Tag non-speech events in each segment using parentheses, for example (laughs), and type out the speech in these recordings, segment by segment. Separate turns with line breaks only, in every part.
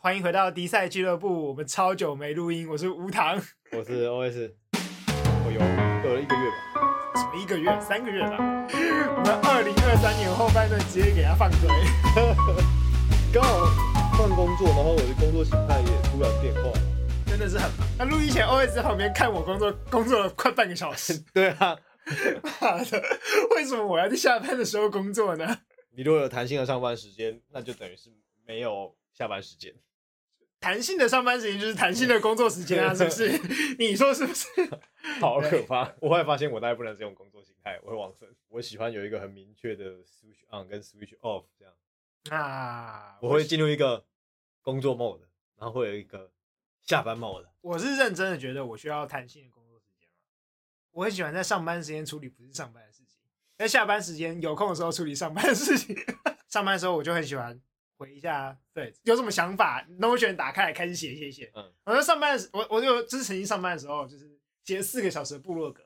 欢迎回到迪赛俱乐部，我们超久没录音，我是吴糖，什
我是 OS，我有隔了一个月吧， (laughs)
么一个月、三个月吧，我们二零二三年后半段直接给他放水，
刚好换工作，然后我的工作形态也突然变化。 (laughs)
真的是很忙。那录音前 OS 在旁边看我工作，工作了快半个小时，
对啊，
妈的，为什么我要在下班的时候工作呢？
你如果有弹性的上班时间，那就等于是没有下班时间。
弹性的上班时间就是弹性的工作时间啊，是不是？你说是不是？
好可怕！我后来发现我大概不能这种工作形态，我会往生。我喜欢有一个很明确的 switch on 跟 switch off 这样，
啊，
我会进入一个工作 mode，然后会有一个下班 mode。 (laughs)
我是认真的觉得我需要弹性的工作时间嘛我很喜欢在上班时间处理不是上班的事情，在下班时间有空的时候处理上班的事情。 (laughs) 上班的时候我就很喜欢回一下，对，有什么想法，Notion 打开来开始写写写。
嗯，
我在上班的时，我我就就是曾经上班的时候，就是写四个小时的部落格，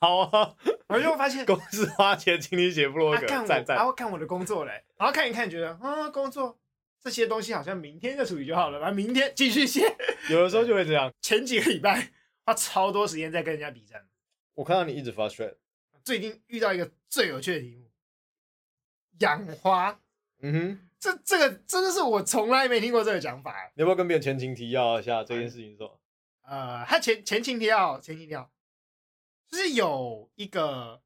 好啊，
我就发现
公司花钱请你写部落
他
格，
啊看我，
赞赞
然。后看我的工作嘞，然后看一看，觉得啊，工作这些东西好像明天再处理就好了，然后明天继续写。 (laughs)
有的时候就会这样。
前几个礼拜花超多时间在跟人家比战。
我看到你一直发 thread，
最近遇到一个最有趣的题目，养花。
嗯哼，
这这个真的是我从来没听过这个讲法。
你要不要跟别人前情提要一下这件事情是什么？
呃，它前前情提要，前情提要，就是有一个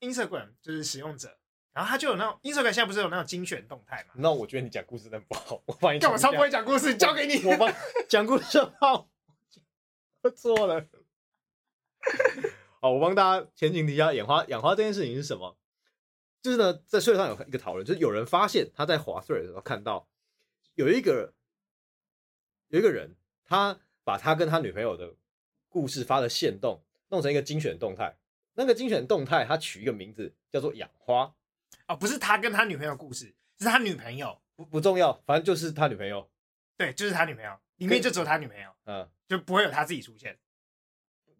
Instagram 就是使用者，然后他就有那种 Instagram 现在不是有那种精选动态嘛？
那我觉得你讲故事真的不好，我帮你
干嗯我
讲一下。
超不会讲故事，交给你。
我帮讲故事好，我错了。好，我帮大家前情提要，眼花眼花这件事情是什么？就是呢，在社会上有一个讨论，就是有人发现他在划水的时候看到有一个有一个人，他把他跟他女朋友的故事发的线动弄成一个精选动态，那个精选动态他取一个名字叫做“养花
哦，不是他跟他女朋友的故事，是他女朋友。”，
不不重要，反正就是他女朋友，
对，就是他女朋友，里面就只有他女朋友，
嗯，
就不会有他自己出现。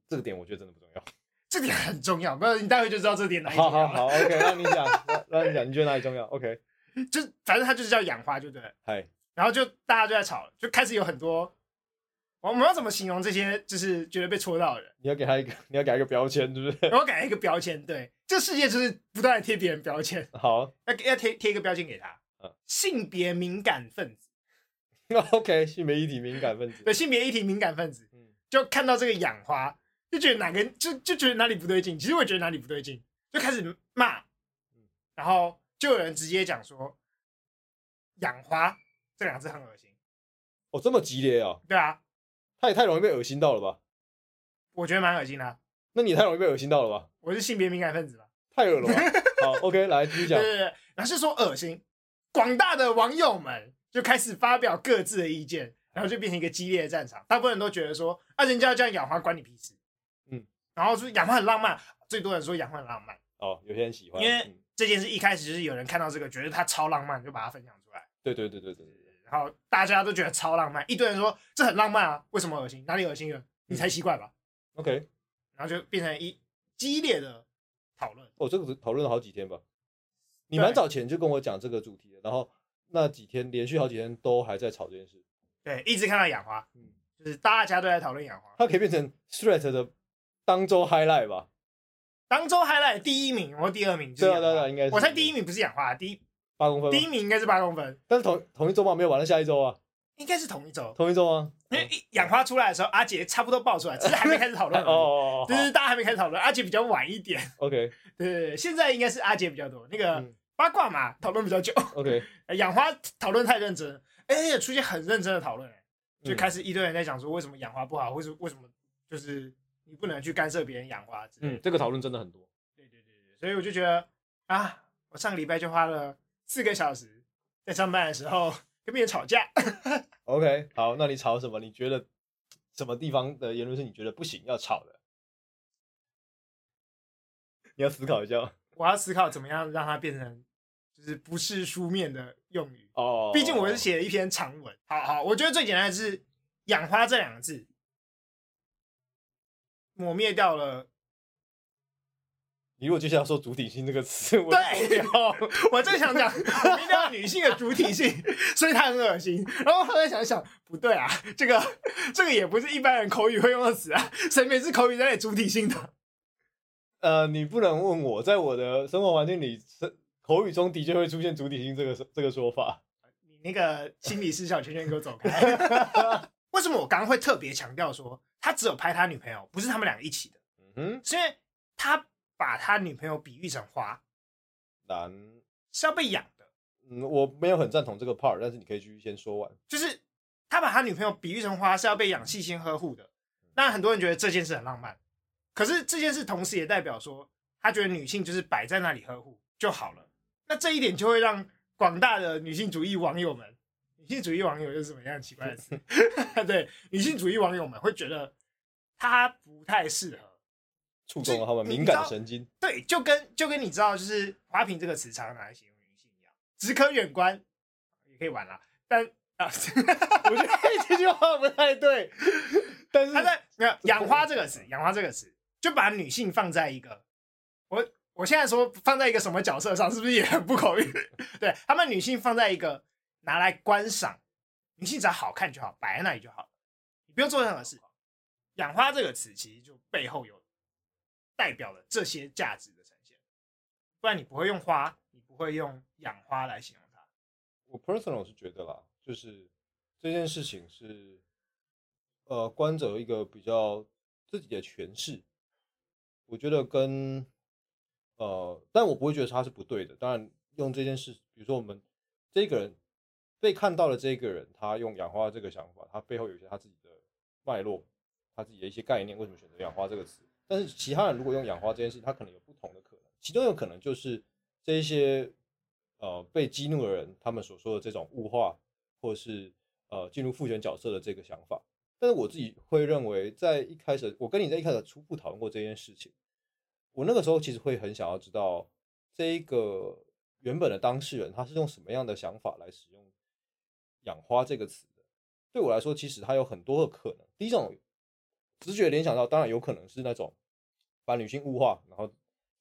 这个点我觉得真的不重要。
这点很重要，不然你待会就知道这点哪一点
好好好，OK，让你讲， (laughs) 让让你讲，你觉得哪里重要？OK，
就反正他就是叫养花，就对了。
嗨，
然后就大家就在吵，就开始有很多，我们要怎么形容这些就是觉得被戳到的
(laughs)
人？
你要给他一个，你要给他一个标签，是不是？ (laughs)
然后给他一个标签，对，这世界就是不断的贴别人标签，
好 (laughs)
要给要贴贴一个标签给他
嗯，
性别敏感分子，
，OK，性别议题敏感分子，
对，性别议题敏感分子
嗯，
就看到这个养花，就觉得哪根就就觉得哪里不对劲，其实我也觉得哪里不对劲，就开始骂，
嗯
然后就有人直接讲说，养花这两个字很恶心，
哦，这么激烈哦，
对啊，
他也太容易被恶心到了吧？
我觉得蛮恶心的啊、
那你也太容易被恶心到了吧？
我是性别敏感分子吧。
太恶了吧？好，OK，来继续讲
对，对对，然后就说恶心，广大的网友们就开始发表各自的意见，然后就变成一个激烈的战场。大部分人都觉得说，啊，人家要这样养花，关你屁事。
嗯，
然后说养花很浪漫，最多人说养花很浪漫。
哦，有些人喜欢，
因为
嗯
这件事一开始就是有人看到这个，觉得它超浪漫，就把它分享出来，
对对对对对对，
然后大家都觉得超浪漫，一堆人说这很浪漫啊，为什么恶心？哪里恶心了？你才奇怪吧？
，OK，
然后就变成一激烈的讨论。
哦，这个讨论了好几天吧？你
对
蛮早前就跟我讲这个主题的，然后那几天连续好几天都还在吵这件事，
对，一直看到养花，
嗯，
就是大家都在讨论养花。
它可以变成 threat 的当周 highlight 吧？
当周 highlight 第一名或第二名就是养
对啊，
花，
对啊对啊，应该是啊
我猜第一名不是氧化，第一
八公分吗
第一名应该是八公分，
但是同同一周嘛，没有玩到下一周啊，
应该是同一周，
同一周啊。
因为一氧化出来的时候，阿杰差不多爆出来，只是还没开始讨
哎
论
(laughs) 哦哦哦
就
哦
是大家还没开始讨论，阿杰比较晚一点，
好，OK
对对对，现在应该是阿杰比较多，那个
嗯
八卦嘛，讨论比较久， (laughs)
OK，
氧化讨论太认真了，哎，也出现很认真的讨论，就
嗯
开始一堆人在讲说为什么氧化不好，为什么为什么就是你不能去干涉别人氧化之类的，
嗯，这个讨论真的很多。
对对对对，所以我就觉得啊，我上个礼拜就花了四个小时在上班的时候跟别人吵架。 (laughs)
OK，好，那你吵什么？你觉得什么地方的言论是你觉得不行要吵的？你要思考一下哦
我要思考怎么样让它变成就是不是书面的用语。
哦。
毕竟我是写了一篇长文。好好，我觉得最简单的是“养花”这两个字，抹灭掉了
你如果接下来说“主体性”这个词，我
对
要
(laughs) 我正想讲，我们一定要女性的主体性，所以她很恶心。然后后来想一想，不对啊，这个这个也不是一般人口语会用的词啊，谁没事口语在那里主体性的？
呃，你不能问我，在我的生活环境里，生口语中的确会出现“主体性”这个这个说法。
你那个心理师小圈圈给我走开！ (laughs) 为什么我刚刚会特别强调说他只有拍他女朋友，不是他们两个一起的？
嗯哼，
是因为他把他女朋友比喻成花，
难，
是要被养的。
嗯，我没有很赞同这个 part，但是你可以继续先说完。
就是他把他女朋友比喻成花是要被养细心呵护的。那很多人觉得这件事很浪漫，可是这件事同时也代表说，他觉得女性就是摆在那里呵护就好了。那这一点就会让广大的女性主义网友们，女性主义网友又是什么样奇怪的词？ (laughs) 对，女性主义网友们会觉得他不太适合。
触动了他们
你
敏
你
感
知
的
道
神经。
对，就跟就跟你知道，就是“花瓶”这个词常常拿来形容女性一样，只可远观，也可以玩啦。但啊， (laughs)
我觉得这句话不太对，但是
他在没有养花这个词，养花这个词就把女性放在一个我我现在说放在一个什么角色上，是不是也很不口语？ (laughs) 对他们女性放在一个拿来观赏，女性只要好看就好，摆在那里就好了，你不用做任何事。养花这个词其实就背后有代表了这些价值的呈现，不然你不会用花，你不会用养花来形容它。
我 personal 是觉得啦，就是这件事情是呃，观者一个比较自己的诠释，我觉得跟呃，但我不会觉得他是不对的。当然，用这件事，比如说我们这个人被看到的这个人，他用养花这个想法，他背后有一些他自己的脉络，他自己的一些概念，为什么选择养花这个词？但是其他人如果用养花这件事，他可能有不同的可能，其中有可能就是这一些呃被激怒的人，他们所说的这种物化，或是呃进入父权角色的这个想法。但是我自己会认为，在一开始，我跟你在一开始初步讨论过这件事情，我那个时候其实会很想要知道这一个原本的当事人他是用什么样的想法来使用“养花”这个词的。对我来说，其实它有很多的可能。第一种直觉联想到，当然有可能是那种把女性物化，然后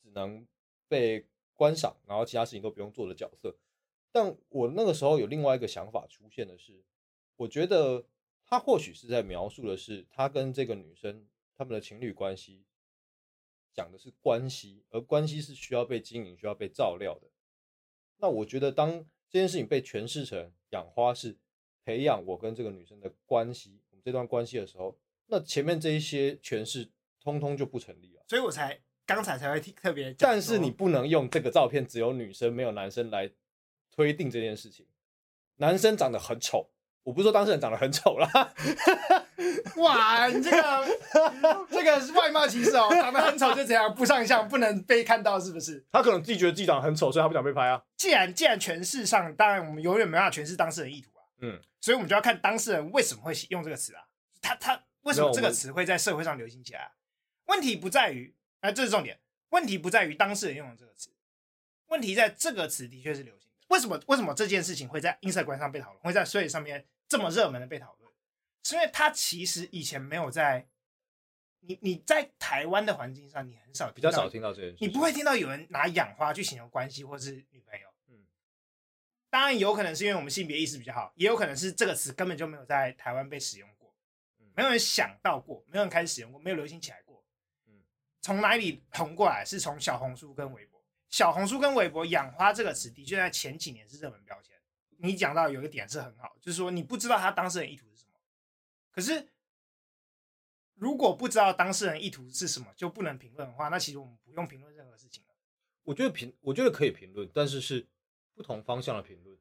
只能被观赏，然后其他事情都不用做的角色。但我那个时候有另外一个想法出现的是，我觉得他或许是在描述的是他跟这个女生他们的情侣关系，讲的是关系，而关系是需要被经营、需要被照料的。那我觉得，当这件事情被诠释成养花是培养我跟这个女生的关系，我们这段关系的时候，那前面这一些诠释通通就不成立了。
所以我才刚才才会提特别讲说，
但是你不能用这个照片只有女生没有男生来推定这件事情。男生长得很丑，我不是说当事人长得很丑啦， (laughs)
哇，你这个这个是外貌歧视哦，长得很丑就这样，不上相不能被看到，是不是？
他可能自己觉得自己长得很丑，所以他不想被拍啊。
既然既然诠释上，当然我们永远没办法诠释当事人意图啊，
嗯，
所以我们就要看当事人为什么会用这个词啊，他他为什么这
那我
个
们
词会在社会上流行起来啊、问题不在于，啊、这是重点，问题不在于当事人用的这个词，问题在这个词的确是流行的。为什么为什么这件事情会在 Instagram 上被讨论，会在 s w 上面这么热门的被讨论？是因为它其实以前没有在你你在台湾的环境上，你很少
比较
听到
少听到这件事
啊
情。
你不会听到有人拿养花去形容关系或是女朋友。嗯
嗯，
当然有可能是因为我们性别意识比较好，也有可能是这个词根本就没有在台湾被使用过，
嗯
没有人想到过，没有人开始使用过，没有流行起来过。嗯
嗯，
从哪里红过来？是从小红书跟微博。小红书跟微博“养花”这个词的确在前几年是热门标签。你讲到有一个点是很好，就是说你不知道他当事人意图是什么，可是如果不知道当事人意图是什么，就不能评论的话，那其实我们不用评论任何事情了。
我觉得评，我觉得可以评论，但是是不同方向的评论。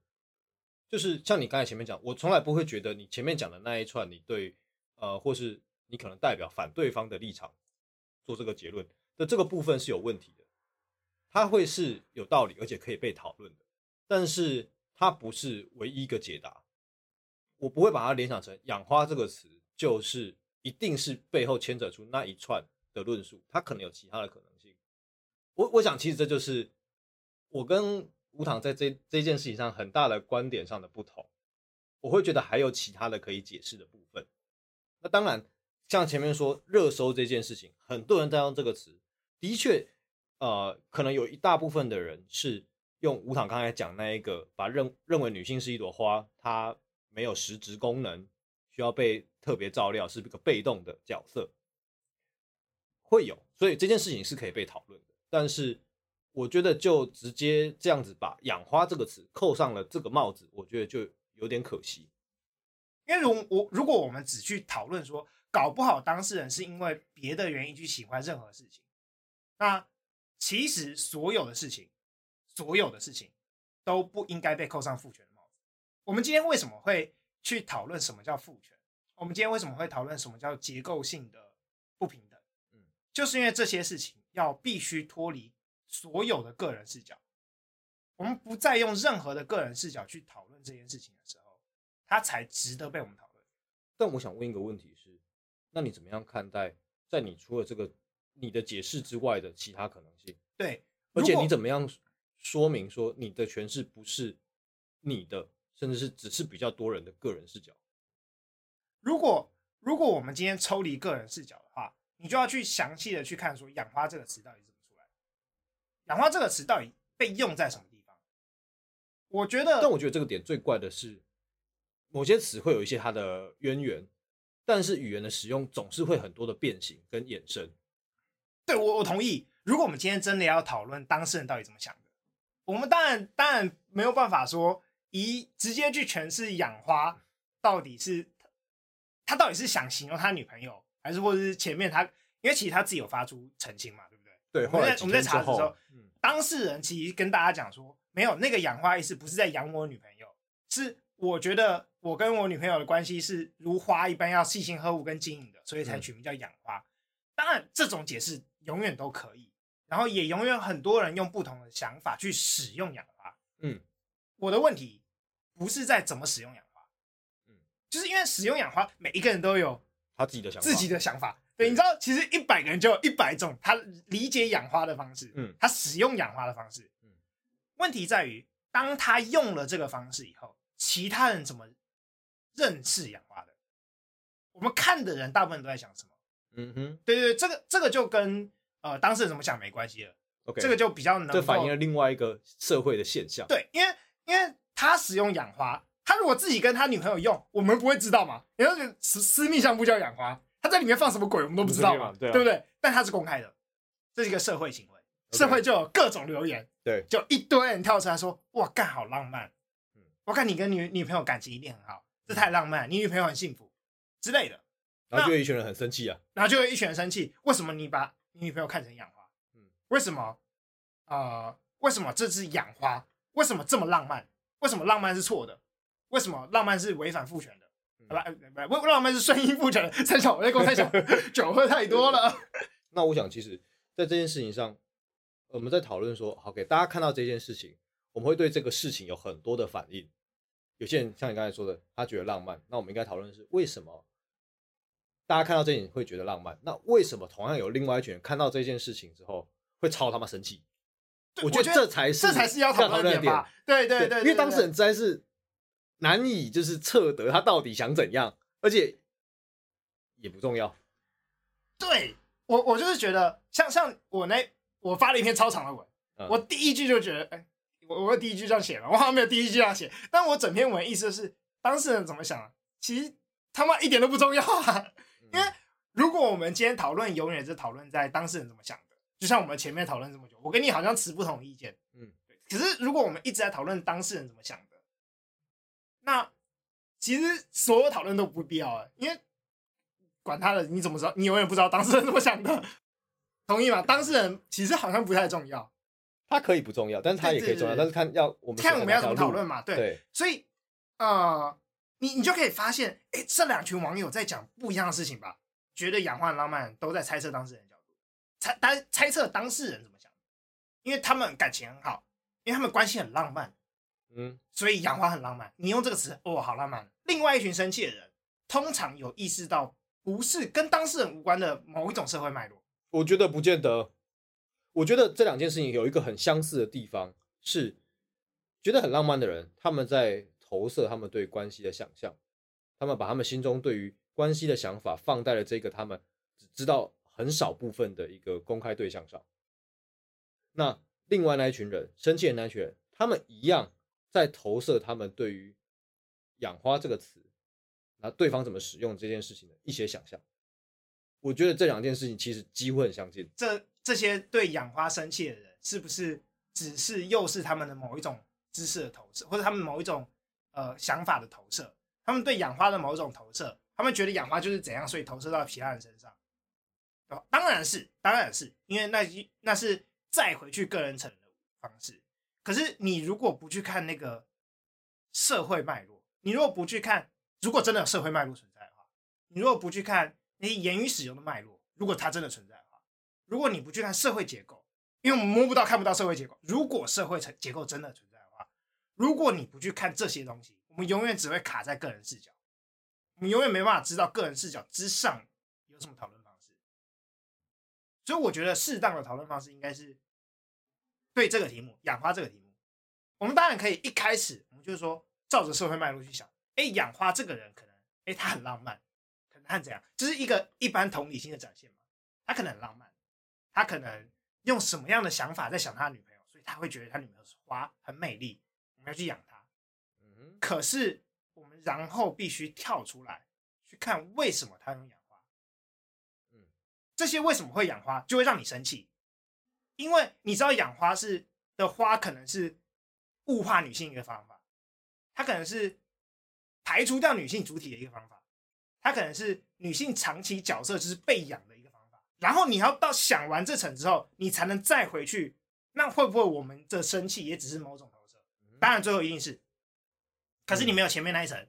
就是像你刚才前面讲，我从来不会觉得你前面讲的那一串，你对呃，或是你可能代表反对方的立场做这个结论的这个部分是有问题的，它会是有道理，而且可以被讨论的，但是它不是唯一一个解答。我不会把它联想成“养花”这个词就是一定是背后牵扯出那一串的论述，它可能有其他的可能性。我我想，其实这就是我跟吴糖在这这件事情上很大的观点上的不同。我会觉得还有其他的可以解释的部分。那当然，像前面说热搜这件事情，很多人在用这个词，的确，呃，可能有一大部分的人是用吴糖刚才讲那一个，把认认为女性是一朵花，她没有实质功能，需要被特别照料，是一个被动的角色，会有，所以这件事情是可以被讨论的。但是我觉得就直接这样子把“养花”这个词扣上了这个帽子，我觉得就有点可惜。
因为如我如果我们只去讨论说，搞不好当事人是因为别的原因去喜欢任何事情，那其实所有的事情，所有的事情都不应该被扣上父权的帽子。我们今天为什么会去讨论什么叫父权？我们今天为什么会讨论什么叫结构性的不平等？嗯
嗯，
就是因为这些事情要必须脱离所有的个人视角，我们不再用任何的个人视角去讨论这件事情的时候，它才值得被我们讨论。
但我想问一个问题是，那你怎么样看待在你除了这个你的解释之外的其他可能性？
对，
而且你
么
怎么样说明说你的诠释不是你的，甚至是只是比较多人的个人视角？
如果如果我们今天抽离个人视角的话，你就要去详细的去看说“养花”这个词到底怎么出来，“养花”这个词到底被用在什么地方？我觉得
但我觉得这个点最怪的是，某些词会有一些它的渊源，但是语言的使用总是会很多的变形跟衍生。
对我我同意。如果我们今天真的要讨论当事人到底怎么想的，我们当然当然没有办法说一直接去诠释养花到底是他他到底是想形容他女朋友，还是或者是前面他因为其实他自己有发出澄清嘛，对不对？
对，
我
后
们
来
在我们在查的时候，
嗯，
当事人其实跟大家讲说，没有那个养花意思，不是在养我女朋友，是我觉得我跟我女朋友的关系是如花一般要细心呵护跟经营的，所以
嗯
才取名叫养花。当然，这种解释永远都可以，然后也永远很多人用不同的想法去使用养花。
嗯，
我的问题不是在怎么使用养花，嗯
嗯，
就是因为使用养花，每一个人都有
他自己的想法，
自己
的
的想法。对，你知道，其实一百个人就有一百种他理解养花的方式，
嗯
他使用养花的方式，
嗯
问题在于，当他用了这个方式以后，其他人怎么认识养花的？我们看的人大部分都在想什么？
嗯哼
对对对，这个这个就跟呃当事人怎么想没关系了，
，OK，
这个就比较能够
这反映了另外一个社会的现象。
对，因为因为他使用养花，他如果自己跟他女朋友用，我们不会知道嘛。然后就私私密相簿叫养花，他在里面放什么鬼我们都不知道嘛，
不知道对啊
不对？但他是公开的，这是一个社会行为，
OK
社会就有各种留言，
对
就一堆人跳出来说：“哇，干好浪漫
嗯！
我看你跟女女朋友感情一定很好，这太浪漫，你女朋友很幸福之类的。”
然后就有一群人很生气啊，
然后就有一群人生气，为什么你把你女朋友看成养花？
嗯
为什么？呃，为什么这是养花？为什么这么浪漫？为什么浪漫是错的？为什么浪漫是违反父权的？
嗯
啊不、呃不，不浪漫是顺应父权的。三小，我在跟三小 (laughs) 酒喝太多了。
那我想，其实，在这件事情上，我们在讨论说，好，给大家看到这件事情，我们会对这个事情有很多的反应。有些人像你刚才说的，他觉得浪漫，那我们应该讨论是为什么大家看到这点会觉得浪漫？那为什么同样有另外一群人看到这件事情之后会超他妈生气？我觉
我
得
觉得
这才是
这才是要讨论
论
的
的
点吧？对对对对，
因为当事
对
人实在是难以就是测得他到底想怎样，而且也不重要。
对我，我就是觉得像像我那我发了一篇超长的文，
嗯
我第一句就觉得，哎、我我有第一句这样写嘛，我好像没有第一句这样写，但我整篇文意思是当事人怎么想、啊，其实他妈一点都不重要啊。因为如果我们今天讨论，永远是讨论在当事人怎么想的，就像我们前面讨论这么久，我跟你好像持不同意见，
嗯
对，可是如果我们一直在讨论当事人怎么想的，那其实所有讨论都不必要了，因为管他的，你怎么知道？你永远不知道当事人怎么想的，同意吗？当事人其实好像不太重要，
他可以不重要，但是他也可以重要，
对对对
但是看要我们
看我们要怎么讨
选择哪条
论
路。
嘛。对，
对，
所以呃，你你就可以发现，哎，这两群网友在讲不一样的事情吧？觉得养花很浪漫，都在猜测当事人的角度，猜当猜测当事人怎么想，因为他们感情很好，因为他们关系很浪漫，
嗯，
所以养花很浪漫。你用这个词，哦，好浪漫。另外一群生气的人，通常有意识到不是跟当事人无关的某一种社会脉络。
我觉得不见得。我觉得这两件事情有一个很相似的地方，是觉得很浪漫的人，他们在投射他们对关系的想象，他们把他们心中对于关系的想法放在了这个他们只知道很少部分的一个公开对象上。那另外那一群人，生气的那一群人，他们一样在投射他们对于“养花”这个词，那对方怎么使用这件事情的一些想象。我觉得这两件事情其实几乎很相近。
这这些对养花生气的人，是不是只是又是他们的某一种知识的投射，或者他们某一种呃想法的投射？他们对养花的某一种投射，他们觉得养花就是怎样，所以投射到其他人身上。哦，当然是，当然是因为那一那是再回去个人成人的方式。可是你如果不去看那个社会脉络，你如果不去看，如果真的有社会脉络存在的话，你如果不去看那些言语使用的脉络，如果它真的存在的话，如果你不去看社会结构，因为我们摸不到、看不到社会结构，如果社会成结构真的存在的话，如果你不去看这些东西，我们永远只会卡在个人视角，我们永远没办法知道个人视角之上有什么讨论方式。所以我觉得适当的讨论方式应该是对这个题目养花这个题目，我们当然可以一开始我们就是说照着社会脉络去想，哎，养花这个人可能哎他很浪漫，可能他很怎样，这、是一个一般同理心的展现嘛，他可能很浪漫，他可能用什么样的想法在想他女朋友，所以他会觉得他女朋友是花很美丽，我们要去养她。
嗯，
可是我们然后必须跳出来去看为什么他用养花，
嗯，
这些为什么会养花，就会让你生气，因为你知道养花是的花可能是物化女性一个方法，它可能是排除掉女性主体的一个方法，它可能是女性长期角色就是被养的一个方法。然后你要到想完这层之后，你才能再回去，那会不会我们这生气也只是某种投射？当然最后一定是，可是你没有前面那一层，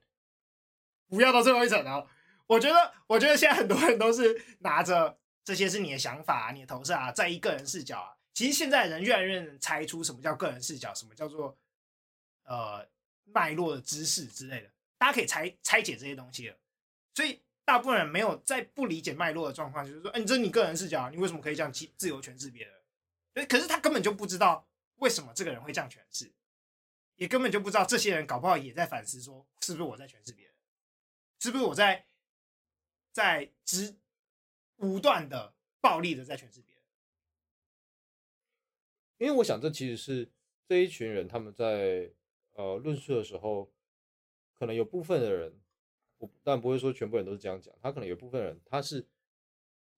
不要到最后一层啊！我觉得，我觉得现在很多人都是拿着这些是你的想法、啊、你的投射啊，在意个人视角啊。其实现在人越来越能猜出什么叫个人视角，什么叫做呃脉络的知识之类的，大家可以拆拆解这些东西了。所以大部分人没有在不理解脉络的状况，就是说，哎、你这是你个人视角啊，你为什么可以这样自自由诠释别人？对可是他根本就不知道为什么这个人会这样诠释，也根本就不知道这些人搞不好也在反思说，是不是我在诠释别人，是不是我在在直无断的暴力的在诠释别人？
因为我想这其实是这一群人他们在呃论述的时候，可能有部分的人，我但不会说全部人都是这样讲，他可能有部分人他是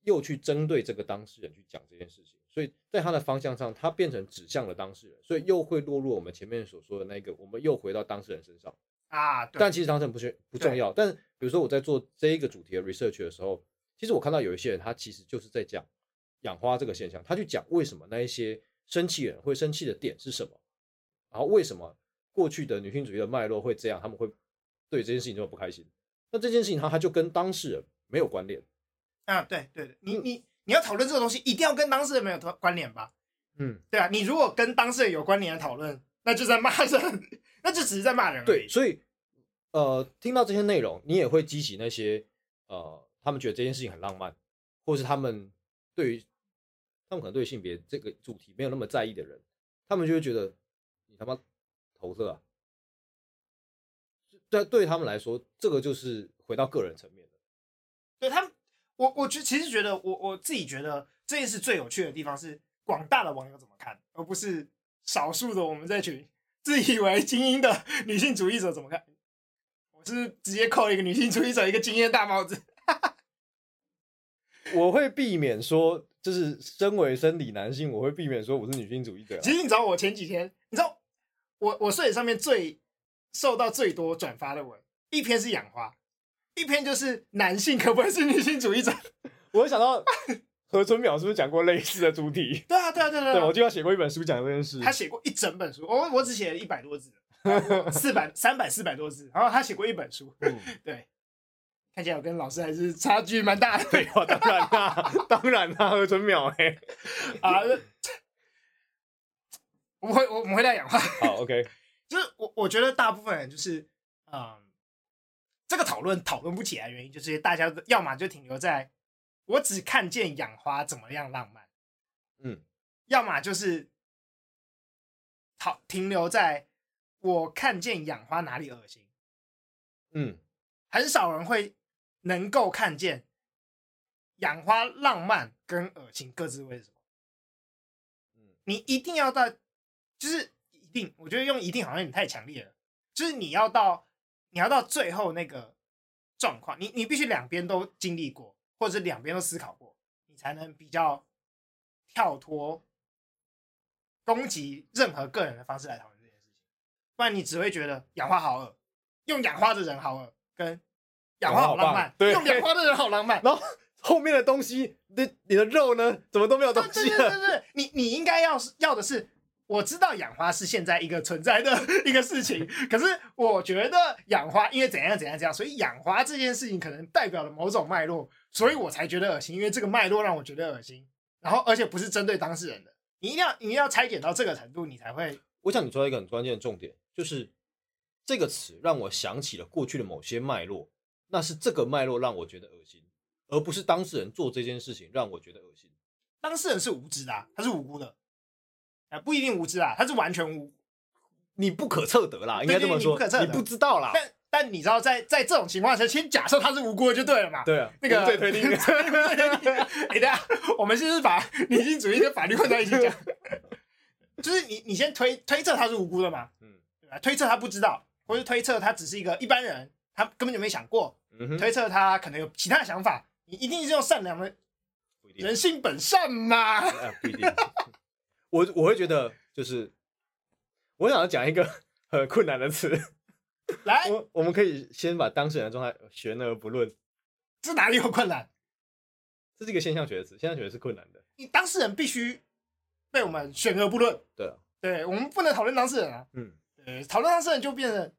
又去针对这个当事人去讲这件事情，所以在他的方向上，他变成指向了当事人，所以又会落入我们前面所说的那个，我们又回到当事人身上。
啊，对，
但其实当事人不是不重要。但是比如说我在做这一个主题的 research 的时候，其实我看到有一些人，他其实就是在讲养花这个现象，他去讲为什么那一些生气人会生气的点是什么，然后为什么过去的女性主义的脉络会这样，他们会对这件事情这么不开心。那这件事情它它就跟当事人没有关联。
啊，对对对，你你你要讨论这个东西，一定要跟当事人没有关关联吧？
嗯，
对啊，你如果跟当事人有关联的讨论，那就在骂人，那就只是在骂人而
对，
已。
所以呃，听到这些内容，你也会激起那些呃，他们觉得这件事情很浪漫，或是他们对于他们可能对性别这个主题没有那么在意的人，他们就会觉得你他妈投射啊！对，对他们来说，这个就是回到个人层面的。
对他们，我我觉其实觉得我我自己觉得这件事最有趣的地方是广大的网友怎么看，而不是少数的我们这群自以为精英的 (laughs) 女性主义者怎么看。我是直接扣了一个女性主义者一个经验大帽子。
我会避免说，就是身为生理男性，我会避免说我是女性主义者啊、
其实你知道，我前几天，你知道我我睡上面最受到最多转发的文，一篇是养花，一篇就是男性可不可以是女性主义者？ (laughs)
我想到何春淼是不是讲过类似的主题？
对啊，对啊，对啊，
对，
对
我
啊。
记得他写过一本书讲这件事。
他写过一整本书，我我只写了一百多字，四百三百四百多字，然后他写过一本书，
嗯
对，看起来我跟老师还是差距蛮大的
(laughs) 废话，哦当然啦， (laughs) 当然啦，何春淼哎、
啊。这我们回我我们回来养花，
好，OK，
(laughs) 就是我我觉得大部分人就是嗯，这个讨论讨论不起来，原因就是大家都要么就停留在我只看见养花怎么样浪漫，
嗯，
要么就是讨停留在我看见养花哪里恶心，
嗯，
很少人会能够看见养花浪漫跟恶心各自为什么
嗯。
你一定要到，就是一定，我觉得用一定好像有点太强烈了，就是你要到你要到最后那个状况，你你必须两边都经历过，或者是两边都思考过，你才能比较跳脱攻击任何个人的方式来讨论这件事情，不然你只会觉得养花好恶，用养花的人好恶，跟养花好浪
养花好
漫
棒，对
用养花的人好浪漫。
然后后面的东西，你你的肉呢，怎么都没有东
对
西
对对
了？
对对，你你应该要是要的是，我知道养花是现在一个存在的 (laughs) 一个事情，可是我觉得养花因为怎样怎样怎样，所以养花这件事情可能代表了某种脉络，所以我才觉得恶心，因为这个脉络让我觉得恶心。然后而且不是针对当事人的，你一定要你一定要拆解到这个程度，你才会
我想你说到一个很关键的重点，就是这个词让我想起了过去的某些脉络，那是这个脉络让我觉得恶心，而不是当事人做这件事情让我觉得恶心。
当事人是无知的啊、他是无辜的，啊、不一定无知啊，他是完全无辜。
你不可测得啦，应
对
该这么
对
说，
你不可测得
你不知道啦。
但但你知道在在这种情况下，先假设他是无辜的就对了嘛。
对啊，
那个
我们最推
(laughs)
定的
哎，等一下，我们现在把女性主义跟法律混在一起
(laughs)
讲，就是你你先推推测他是无辜的嘛，
嗯
对吧？推测他不知道，或是推测他只是一个一般人，他根本就没想过，
嗯哼，
推测他可能有其他想法。你一定是用善良的
不一定
人性本善嘛？
啊，不一定。我我会觉得就是，我想要讲一个 (laughs) 很困难的词，
来，
我我们可以先把当事人的状态悬而不论，
这哪里有困难？
这是一个现象学的词，现象学是困难的。
你当事人必须被我们选而不论，
对啊，
对我们不能讨论当事人啊。
嗯，
对，讨论当事人就变成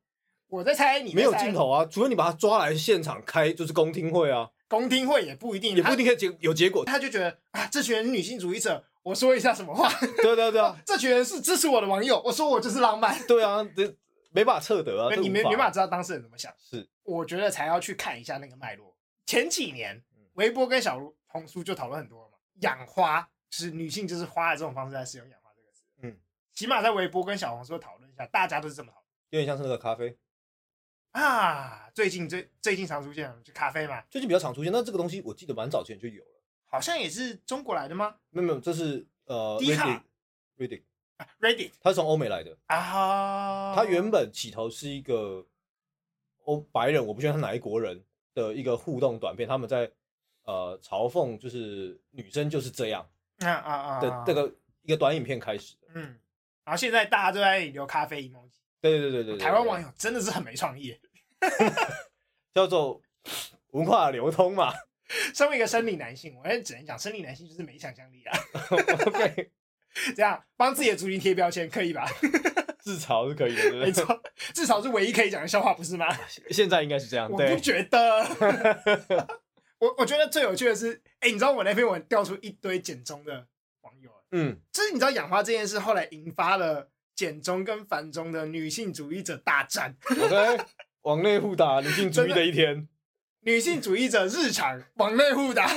我在猜，你在
没有
猜
镜，头啊，除非你把他抓来现场开，就是公听会啊，
公听会也不一定，
也不一定可以结有结果。
他就觉得啊，这群人女性主义者，我说一下什么话？ (laughs)
对啊对啊对啊，
这群人是支持我的网友，我说我就是浪漫。
对啊，这没法测得啊，
那
这
你没
无法
没办法知道当事人怎么想，
是
我觉得才要去看一下那个脉络。前几年
嗯，
微博跟小红书就讨论很多了嘛，养花就是女性就是花的这种方式来使用“养花”这个词。
嗯，
起码在微博跟小红书讨论一下，大家都是这么讨
有点像是那个咖啡，
论啊。最近最最近常出现就咖啡嘛，
最近比较常出现。那这个东西我记得蛮早前就有了，
好像也是中国来的吗
没有没有，这是呃
低卡
Reddit，Reddit，
啊？Reddit
它是从欧美来的。
啊，
他原本起头是一个欧白人，我不确定他哪一国人的一个互动短片，他们在呃嘲讽就是女生就是这样
啊啊啊
的这，个一个短影片开始的。
嗯，然后现在大家都在留咖啡 emoji。
对对对对对，
台湾网
友
友真的是很没创意。 (laughs)
叫做文化流通嘛。
身为一个生理男性，我也只能讲生理男性就是没想象力啊。 (laughs)
OK，
这样帮自己的族群贴标签可以吧？ (laughs)
自嘲是可以的，对不对
没错， (laughs) 至少是唯一可以讲的笑话，不是吗？
现在应该是这样，
我不
对，
觉得。 (laughs) 我我觉得最有趣的是，哎、你知道我那篇文调出一堆简中的网友，
嗯，
就是你知道养花这件事后来引发了简中跟繁中的女性主义者大战，
OK，往内互打，女性主义的一天，
女性主义者日常往内互打， (laughs)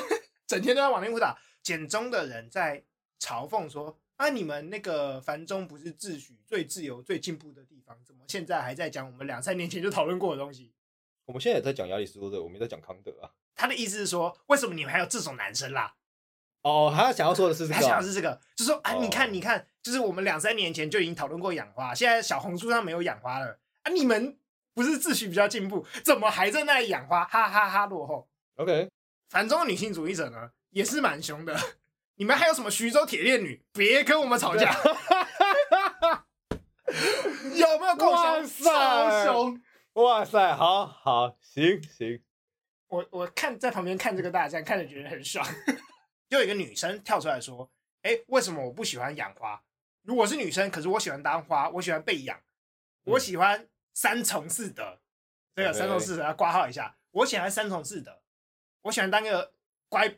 整天都在往内互打。简中的人在嘲讽说：“啊，你们那个繁中不是自诩最自由、最进步的地方，怎么现在还在讲我们两三年前就讨论过的东西
我们现在也在讲亚里士多德，我们也在讲康德啊。？”
他的意思是说，为什么你们还有这种男生啦？
哦，他想要说的是这
他
个
想
啊
的，是这个，就说啊，
哦
你看，你看，就是我们两三年前就已经讨论过养花，现在小红书上没有养花了啊，你们不是自诩比较进步，怎么还在那里养花？哈哈哈落后。
OK，
反中的女性主义者呢，也是蛮凶的。 (laughs) 你们还有什么徐州铁链女？别跟我们吵
(laughs)
架，有没有够
哇
凶？
塞
超凶！
哇塞，好好，行行，
我我看在旁边看这个大战，看着觉得很爽。 (laughs) 就有一个女生跳出来说：“哎、为什么我不喜欢养花？如果是女生，可是我喜欢当花，我喜欢被养，我喜欢三从四德。这个
嗯 OK
三从四德要挂号一下，我喜欢三从四德，我喜欢当个乖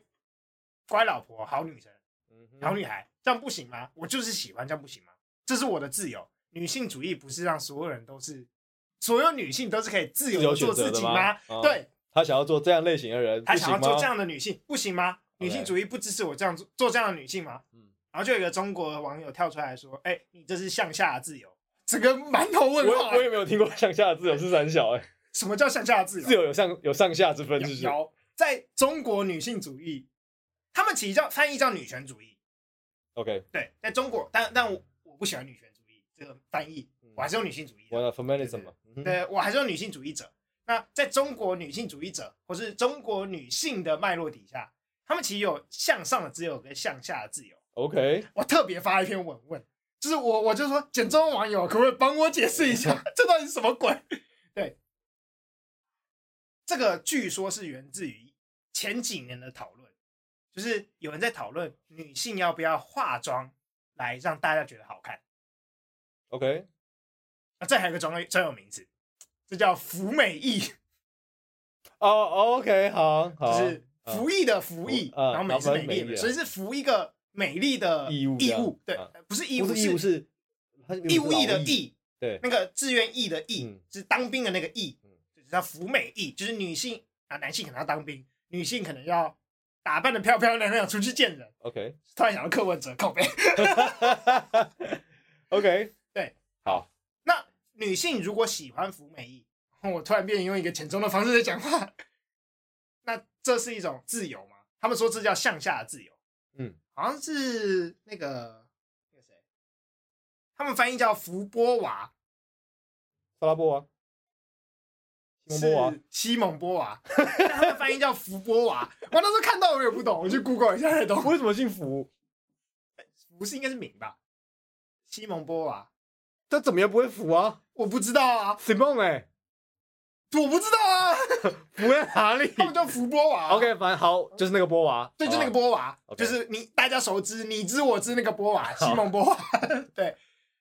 乖老婆、好女生。”
嗯哼
小女孩，这样不行吗？我就是喜欢，这样不行吗？这是我的自由。女性主义不是让所有人都是，所有女性都是可以自由地做自己
自由选择的吗哦
对，
他想要做这样类型的人，
她想要做
不
这
行吗
样的女性，不行吗？女性主义不支持我这样做做这样的女性吗？
嗯
然后就有一个中国网友跳出来说：“哎、你这是向下的自由。”整个馒头问号、啊
我我也没有听过向下的自由是三小哎、
什么叫向下的自由？
自由有上有上下之分，
有
是不是？
有在中国女性主义，他们其实叫翻译叫女权主义，
OK，
对，在中国，但但我我不喜欢女权主义这个翻译，我还是用女性主义的。
嗯我的 feminism 嘛，嗯哼
对我啊还是用女性主义者。那在中国女性主义者或是中国女性的脉络底下，他们其实有向上的自由跟向下的自由。
，OK，
我特别发一篇文问，就是我我就说，简中网友可不可以帮我解释一下，这到底是什么鬼？对，这个据说是源自于前几年的讨论，就是有人在讨论女性要不要化妆来让大家觉得好看。
OK，
啊，这还有一个专有专有名词，这叫“服美役”，
哦、o k 好，啊
就
好，
是服役的服役，
嗯
然后美是美丽
然后美
的，
丽
所以是服一个美丽的
义务
义
这
务
样，
对
嗯，
不是义务
不是义务
是
是它是
义务役
劳
的
役，
役，
对
那个志愿役的役
嗯
是当兵的那个役
嗯，
就是叫服美役，就是女性啊，男性可能要当兵，女性可能要打扮的漂漂亮亮出去见人。 (laughs)
，OK，
突然想到柯文哲靠背，
OK，
对，
好，
那女性如果喜欢服美役， (laughs) 我突然变用一个浅中的方式在讲话， (laughs) 那这是一种自由吗？他们说这叫向下的自由，
嗯，
好像是那个那个谁，他们翻译叫福波娃，
萨拉波娃，西蒙波娃
(laughs) 是西蒙波娃，但他们翻译叫福波娃。 (laughs) 我那时候看到我也不懂，我去 Google 一下
(laughs)
才懂。
为什么姓福？
福是应该是名吧？西蒙波娃，
他怎么也不会福啊
我不知道啊，
，Simone 哎、
我不知道啊， (laughs)
福在哪里
他们叫福波娃。
(laughs) ？OK，反正好，就是那个波娃，
对，就那个
波，
波娃，
哦 OK
就是你大家熟知你知我知那个波娃，西蒙波娃。 (laughs) 对，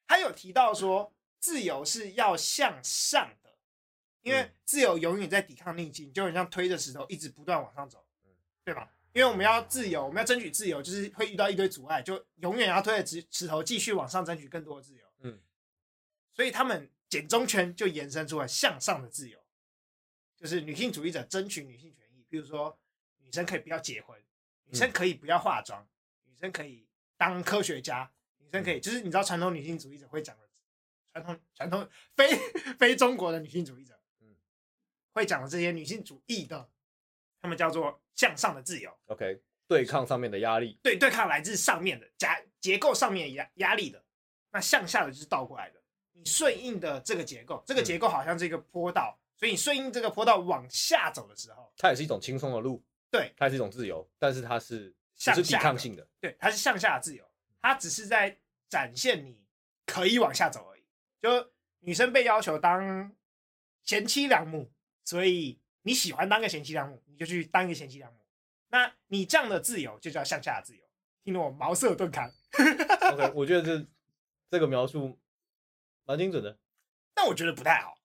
他有提到说，自由是要向上的，因为
嗯
自由永远在抵抗逆境，就很像推着石头一直不断往上走
嗯，
对吧？因为我们要自由，我们要争取自由，就是会遇到一堆阻碍，就永远要推着石石头继续往上争取更多的自由。
嗯，
所以他们简中圈就延伸出了向上的自由，就是女性主义者争取女性权益，比如说女生可以不要结婚，女
嗯
生可以不要化妆，女生可以当科学家，女生可
嗯
以就是你知道传统女性主义者会讲的，传统传统非 (laughs) 非中国的女性主义者，
嗯
会讲的这些女性主义的，他们叫做向上的自由，
OK，对抗上面的压力，
对对抗来自上面的夹结构上面的压压力的，那向下的就是倒过来的。你顺应的这个结构，这个结构好像是一个坡道，所以你顺应这个坡道往下走的时候，
它也是一种轻松的路，
对，
它也是一种自由，但是它是只
向
是抵
下
抗
的
性的，
对，它是向下的自由，它只是在展现你可以往下走而已。就女生被要求当贤妻良母，所以你喜欢当个贤妻良母，你就去当一个贤妻良母。那你这样的自由就叫向下的自由，听得我茅塞顿开。
OK，我觉得这这个描述蛮精准的。
但我觉得不太好，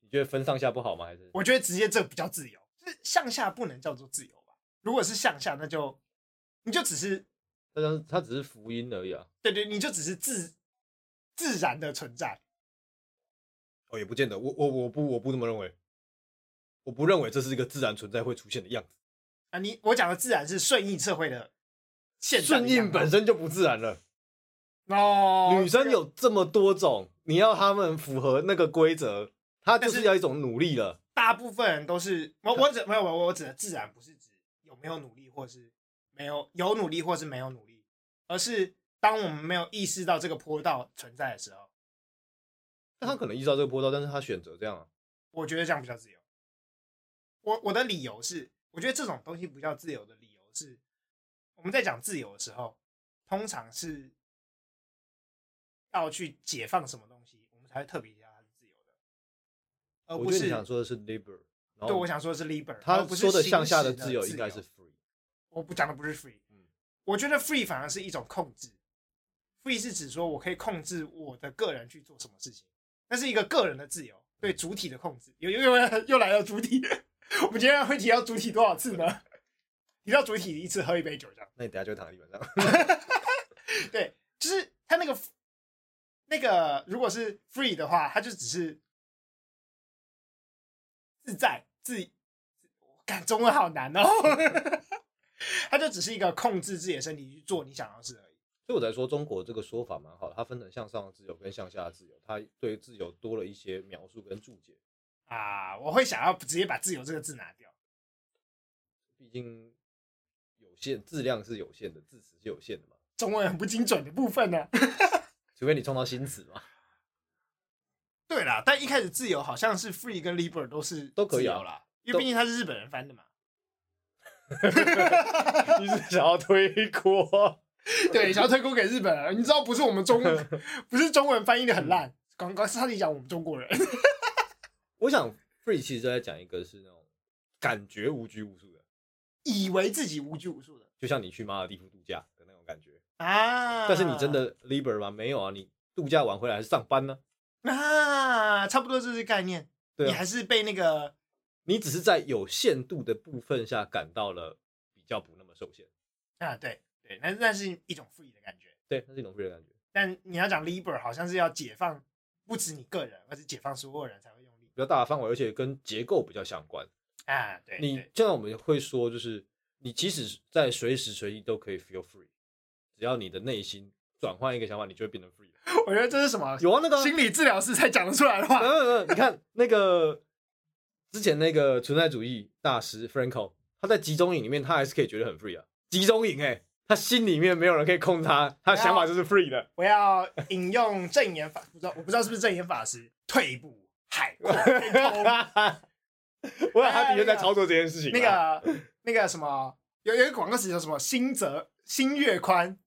你觉得分上下不好吗？还是
我觉得直接这不叫自由，就是向下不能叫做自由吧？如果是向下，那就你就只是
它像它只是福音而已啊？
对对，你就只是自自然的存在。
哦，也不见得。我我我不我不这么认为，我不认为这是一个自然存在会出现的样子。
啊，你我讲的自然是顺应社会的现
顺应本身就不自然了。
身哦，
女生有这么多种，你要她们符合那个规则，她就
但
是
是
要一种努力了。
大部分人都是我我指没有我我指的自然不是指有没有努力或是没有有努力或是没有努力，而是当我们没有意识到这个坡道存在的时候，嗯
但她可能意识到这个波道，但是她选择这样啊。
我觉得这样比较自由。我我的理由是，我觉得这种东西不叫自由的理由是，我们在讲自由的时候，通常是要去解放什么东西，我们才会特别提到它是自由的，而
我
哦不
觉得
是
你想说的是 liber，然后
对我想说的是 liber，而
她
不是
说的
形
向下
式
的
的
自由应该是 free。
我不讲的不是 free，
嗯
我觉得 free 反而是一种控制，free 是指说我可以控制我的个人去做什么事情，那是一个个人的自由，对主体的控制。又又又又来了主体， (laughs) 我们今天会提到主体多少次呢？提到主体一次喝一杯酒这样，
那你等下就会躺在地板上。 (laughs)
对，就是他那个 f- 那个如果是 free 的话，他就只是自在自，我感中文好难哦， (laughs) 他就只是一个控制自己的身体去做你想要的事而已。
所以我才说中国这个说法蛮好的，它分成向上的自由跟向下的自由，它对自由多了一些描述跟注解。
啊，我会想要直接把“自由”这个字拿掉。
毕竟有限，质量是有限的，字词是有限的嘛。
中文很不精准的部分呢、
除非你创造新词嘛， (laughs)
对啦，但一开始自由好像是 free 跟 liber 都是
都可以啊
自由啦，因
都
为毕竟他是日本人翻的嘛。
你是想要推锅？ (laughs)
对，想要推锅给日本人，你知道不是我们中不是中文翻译的很
嗯
烂，刚刚是他得讲我们中国人。 (laughs)
我想 free 其实就在讲一个是那种感觉无拘无束的，
以为自己无拘无束的
就像你去马尔地夫度假的那种感觉。
啊，
但是你真的 liber 吗？没有啊，你度假完回来还是上班呢、
啊，差不多这是概念，
对
你
啊
还，是被那个
你只是在有限度的部分下感到了比较不那么受限。
啊，对对，那那是一种 free 的感觉。
对，那是一种 free 的感觉，
但你要讲 liber，好像是要解放不止你个人，而是解放所有人才会用力
比较大的范围，而且跟结构比较相关。
啊。对，
你
对
就像我们会说，就是你即使在随时随地都可以 feel free，只要你的内心转换一个想法，你就会变成 free 了。
我觉得这是什么？
有啊，那个啊
心理治疗师才讲得出来的话。
嗯嗯，你看那个之前那个存在主义大师 Franco，他在集中营里面，他还是可以觉得很 free 啊。集中营哎、他心里面没有人可以控制他，他想法就是 free 的。
我要引用正言法，不知道我不知道是不是正言法师，退一步海阔天空。
我想他的确在操作这件事情、
那，个那个什么，有有一个广告词叫什么“心则心越宽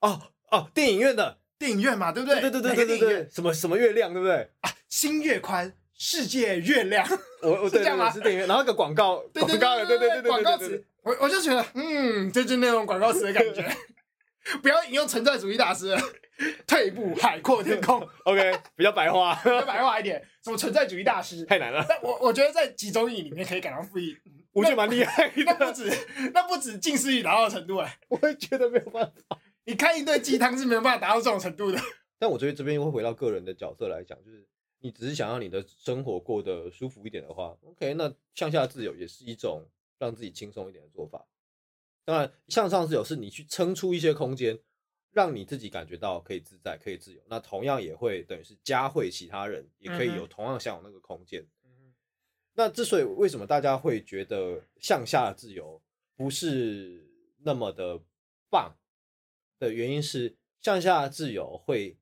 哦哦，电影院的，”，
电影院嘛，对不
对
对
对对对
哪个
对对
电影院
对，什么什么月亮，对不对？
心越宽，世界越亮。
(laughs) 我我
是这
对
样
对对
吗
是电影院，然后一个广告
对
广告的，对对对对对
广告
对对
词，我我就觉得，嗯，这就是那种广告词的感觉。 (laughs) 不要引用存在主义大师了，退一步海阔天空，
OK，比较白话，
要白话一点，什么存在主义大师。
太难了，
但我我觉得在集中营里面可以感到富裕，
我觉得蛮厉害
那不
的，
止那不止近视力达到的程度哎、
我会觉得没有办法。
你看一堆鸡汤是没有办法达到这种程度的。
但我觉得这边会回到个人的角色来讲，就是你只是想要你的生活过得舒服一点的话，OK，那向下自由也是一种让自己轻松一点的做法。当然，向上自由是你去撑出一些空间，让你自己感觉到可以自在、可以自由。那同样也会等于是加惠其他人，也可以有
嗯哼
同样享有那个空间。那之所以为什么大家会觉得向下自由不是那么的棒的原因是，向下自由会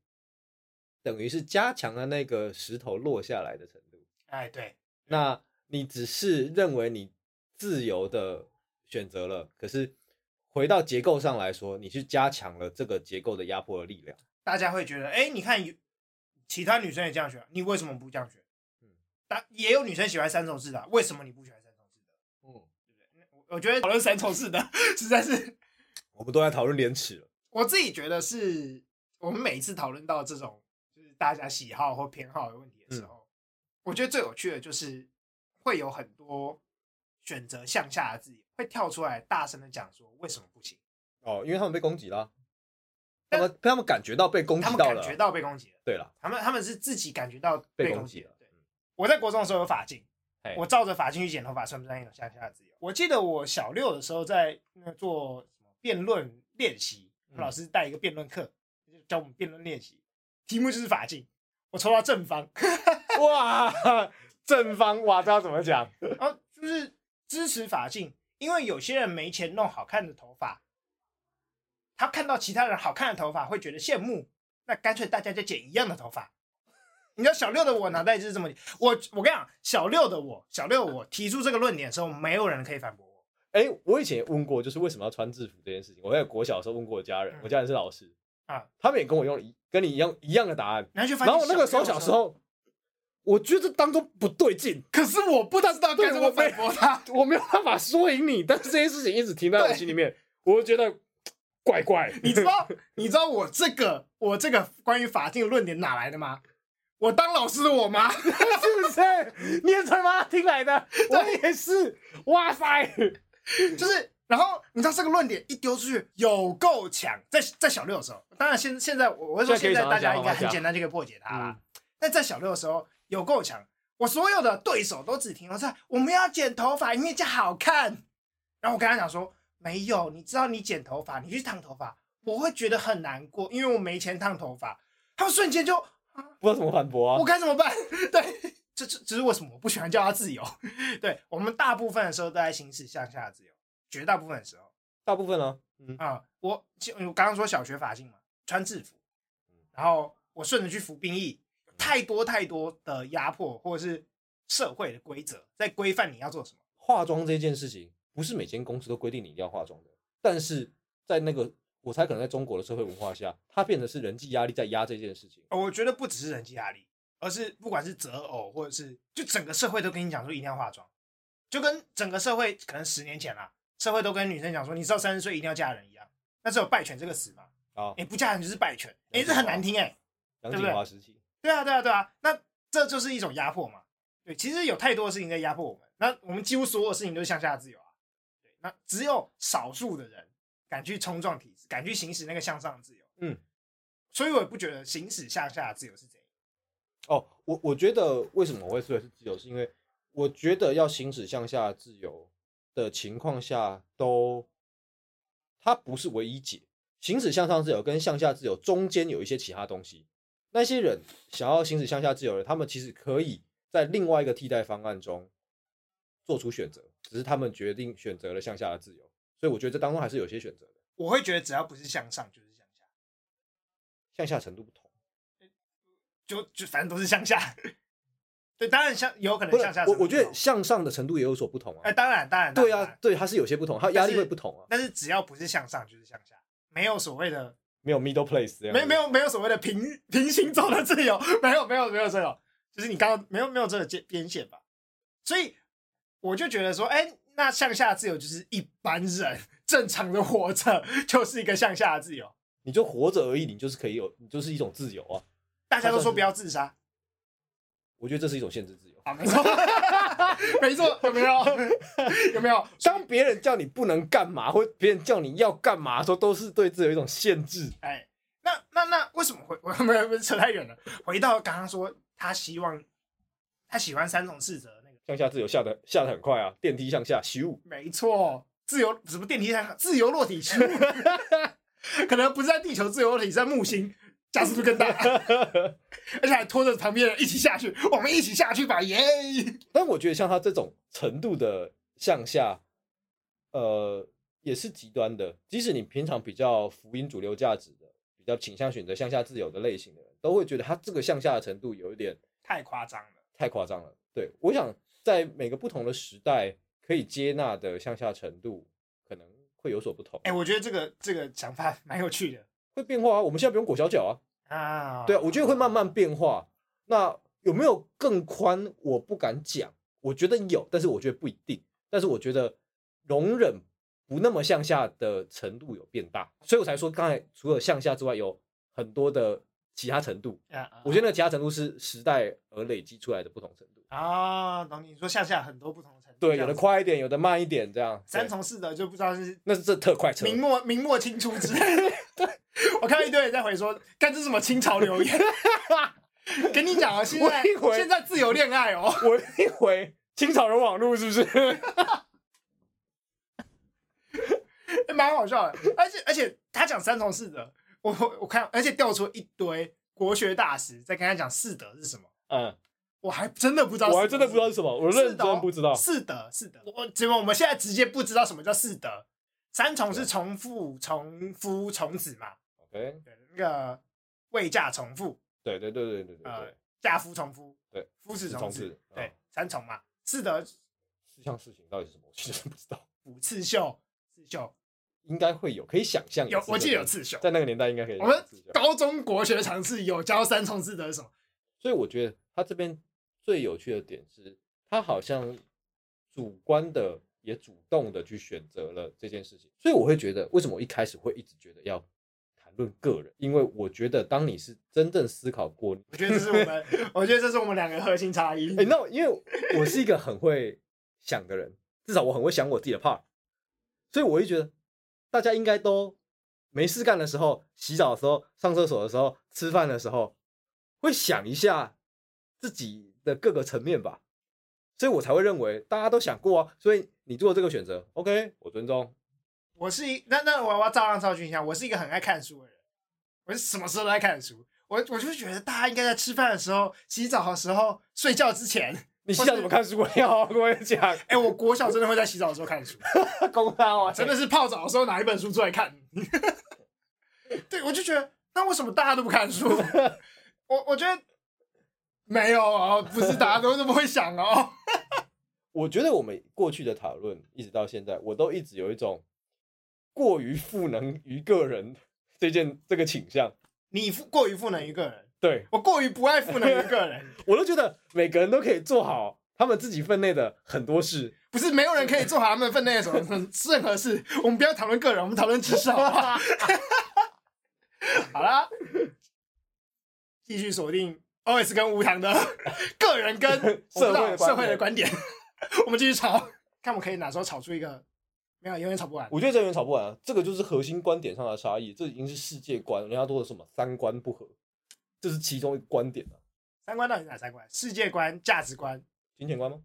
等于是加强了那个石头落下来的程度。
哎，对，
那你只是认为你自由的选择了，可是回到结构上来说，你去加强了这个结构的压迫的力量。
大家会觉得，哎，你看有其他女生也这样选，你为什么不这样选？嗯
嗯，
但也有女生喜欢三重式的啊，为什么你不喜欢三重式的？
嗯，
我我觉得讨论三重式的实在是，
我们都在讨论廉耻了。
我自己觉得是我们每一次讨论到这种就是大家喜好或偏好的问题的
嗯
时候，我觉得最有趣的就是会有很多选择向下的自己会跳出来大声的讲说为什么不行，
哦，因为他们被攻击了啊，他
但
们他们感觉到被攻
他
击
们
到
感
了
觉
啊。
到被攻击了。
对了，
他们他们是自己感觉到
被
被
攻
攻
击
击
了嗯
了。对，我在国中的时候有发镜
嘿，
我照着发镜去剪头发，算不算一种向下的自由？我记得我小六的时候在那做什么辩论练习，
嗯
老师带一个辩论课，就教我们辩论练习，题目就是法镜，我抽到正方，
(laughs) 哇，正方哇，这要怎么讲？
然后就是支持法镜，因为有些人没钱弄好看的头发，他看到其他人好看的头发会觉得羡慕，那干脆大家就剪一样的头发。你知道小六的我脑袋就是这么，我我跟你讲，小六的我，小六我提出这个论点的时候，没有人可以反驳我。
哎、我以前也问过，就是为什么要穿制服这件事情。我在国小的时候问过我家人，
嗯
我家人是老师
啊，
他们也跟我用一跟你一样一样的答案。
然后就发现，
然后那个时候小时，候，我觉得这当中不对劲，
可是我
(laughs)
不知道该怎么反驳他。
我没有办法说赢你，但是这件事情一直停在我心里面，我就觉得怪怪。
你知道，你知道我这个我这个关于法镜的论点哪来的吗？我当老师的我妈。
是不是？你也从妈听来的，我也是。哇塞，
就是，然后你知道这个论点一丢出去有够强，在在小六的时候，当然现现在我我会说
现
现
在
在
可以
大家
想到想
应该
到
很简单就可以破解它啦
嗯。
但在小六的时候有够强，我所有的对手都只停留在我们要剪头发，因为这样好看。然后我跟他讲说，没有，你知道你剪头发，你去烫头发，我会觉得很难过，因为我没钱烫头发。他们瞬间就
哦不知道怎么反驳啊
我。该怎么办？ (laughs) 对，这这这是为什么我不喜 (laughs) 欢叫他自由？对我们大部分的时候都在行使向下的自由，绝大部分的时候，
大部分啊，
啊、我就我刚刚说小学法令嘛，穿制服，然后我顺着去服兵役，太多太多的压迫或者是社会的规则在规范你要做什么。
化妆这件事情不是每间公司都规定你一定要化妆的，但是在那个我猜可能在中国的社会文化下，它变得是人际压力在压这件事情。
呃我觉得不只是人际压力，而是不管是择偶或者是就整个社会都跟你讲说一定要化妆，就跟整个社会可能十年前啦，社会都跟女生讲说你知道三十岁一定要嫁人一样，那是有败犬这个词嘛？
啊，
你、不嫁人就是败犬，哎、这很难听哎、
杨
对
锦
不对
华时期，
对啊，对啊，对啊，那这就是一种压迫嘛。对，其实有太多的事情在压迫我们。那我们几乎所有事情都是向下的自由啊。对，那只有少数的人敢去冲撞体制，敢去行使那个向上的自由。
嗯，
所以我也不觉得行使向下的自由是怎样。
哦，我我觉得为什么我会说是自由，是因为我觉得要行使向下自由的情况下都，它不是唯一解。行使向上自由跟向下自由中间有一些其他东西。那些人想要行使向下自由的人，他们其实可以在另外一个替代方案中做出选择，只是他们决定选择了向下的自由。所以我觉得这当中还是有些选择的，
我会觉得只要不是向上就是向下，
向下程度不同。
就就反正都是向下。 (laughs) 对，当然向有可能
不是
向下，
我我觉得
是
向上的程度也有所不同
哎、
啊。
当然当然，当
对啊
然，
对，它是有些不同，它压
但
力
是
会不同啊。
但是只要不是向上就是向下，没有所谓的
没有 middle place 这样，
没没，有没有所谓的平 (laughs) 平行走的自由，没有没有没有这种，就是你刚刚没有没有这个界边线吧？所以我就觉得说，哎、那向下自由就是一般人正常的活着，就是一个向下的自由。
你就活着而已，你就是可以有，你就是一种自由啊。
大家都说不要自杀
我觉得这是一种限制自由。
啊，没错，没错，有没
(laughs)
有？有没有？
当别人叫你不能干嘛，或别人叫你要干嘛的时候，都是对自由一种限制。
哎，那那那为什么回我们不是扯太远了？回到刚刚说，他希望他喜欢三从四德那个。
向下自由下的下的很快啊，电梯向下，咻，
没错，自由什么电梯上自由落体
(laughs)
器，可能不是在地球自由落体，是在木星，加速度更大，而且还拖着旁边人一起下去，我们一起下去吧，耶！
但我觉得像他这种程度的向下，呃，也是极端的。即使你平常比较福音主流价值的，比较倾向选择向下自由的类型的人，都会觉得他这个向下的程度有一点
太夸张了，
太夸张了。对，我想在每个不同的时代，可以接纳的向下程度可能会有所不同，
哎、我觉得这个这个想法蛮有趣的
会变化啊。我们现在不用裹小脚啊，
啊。
对啊，我觉得会慢慢变化。那有没有更宽？我不敢讲，我觉得有，但是我觉得不一定。但是我觉得容忍不那么向下的程度有变大，所以我才说刚才除了向下之外，有很多的其他程度。
啊，啊
我觉得那个其他程度是时代而累积出来的不同程度。
啊，懂你说下下很多不同的程度，
对，
这
有
样
的
子
快一点，有的慢一点，这样。
三
对
从四德就不知道是
那是这特快车，
明末明末清初之类
(laughs)
的。我看到一堆人在回说，干这是什么清朝留言？ (laughs) 跟你讲啊，现在
我一回
现在自由恋爱哦， (laughs)
我一回清朝人网路是不是？
蛮好笑的。而且而且他讲三从四德，我我我看，而且调出一堆国学大师在跟他讲四德是什么，
(laughs) 嗯，
我还真的不知道，
我还真的不知道是什么，我
四德哦，
认真不知道。
四德哦四德，我结果我们现在直接不知道什么叫四德。三从是重复、重夫、重子嘛？
OK，
对，那个未嫁重复，
对对对对对对
呃
对，，
嫁夫从夫，
对，
夫是
是
从
从
子
子，
对
嗯，
三重嘛，四德
四项事情到底是什么，我其实不知道，
五刺绣，刺绣
应该会有，可以想象
有
是，
我记得
那
有
个
刺绣。
在那个年代应该可以
我
有
们
刺绣。
高中国学常识有教三重四德是什么？
所以我觉得他这边最有趣的点是，他好像主观的也主动的去选择了这件事情。所以我会觉得，为什么我一开始会一直觉得要谈论个人？因为我觉得当你是真正思考过
我觉得这是我
(laughs)
们，我觉得这是我们两个核心差异。
哎、那因为我是一个很会想的人，至少我很会想我自己的 part，所以我就觉得大家应该都没事干的时候、洗澡的时候、上厕所的时候、吃饭的时候，会想一下自己的各个层面吧。所以我才会认为大家都想过啊，所以你做这个选择，OK，我尊重。
我是一那那我我要照样照军一下，我是一个很爱看书的人，我是什么时候都爱看书。我我就觉得大家应该在吃饭的时候、洗澡的时候、睡觉之前，
你洗澡怎么看书？ (laughs) 你好好跟我讲，
哎、我国小真的会在洗澡的时候看书，
公他啊，
真的是泡澡的时候拿一本书出来看。 (laughs) 对，我就觉得，那为什么大家都不看 (laughs) 书？我我觉得没有哦，不是大家都这么会想哦。
我觉得我们过去的讨论一直到现在，我都一直有一种过于赋能于个人这件这个倾向。
(laughs) 你赋过于赋能一个人，
对
我过于不爱赋能一个人，
我都觉得每个人都可以做好他们自己分内的很多事。
不是没有人可以做好他们分内的 (laughs) 什么任何事。我们不要讨论个人，我们讨论职场。 (laughs) 好啦，继续锁定 OS 跟无 (laughs) 糖的个人跟
社会的
我不知道
观点
社会的观点， (laughs) 我们继续吵，看我们可以哪时候吵出一个没有永远吵不完。
我觉得这远吵不完啊，这个就是核心观点上的差异，这已经是世界观，人家都是什么三观不合，这是其中一个观点啊。
三观到底是哪三观？世界观、价值观
金钱观吗？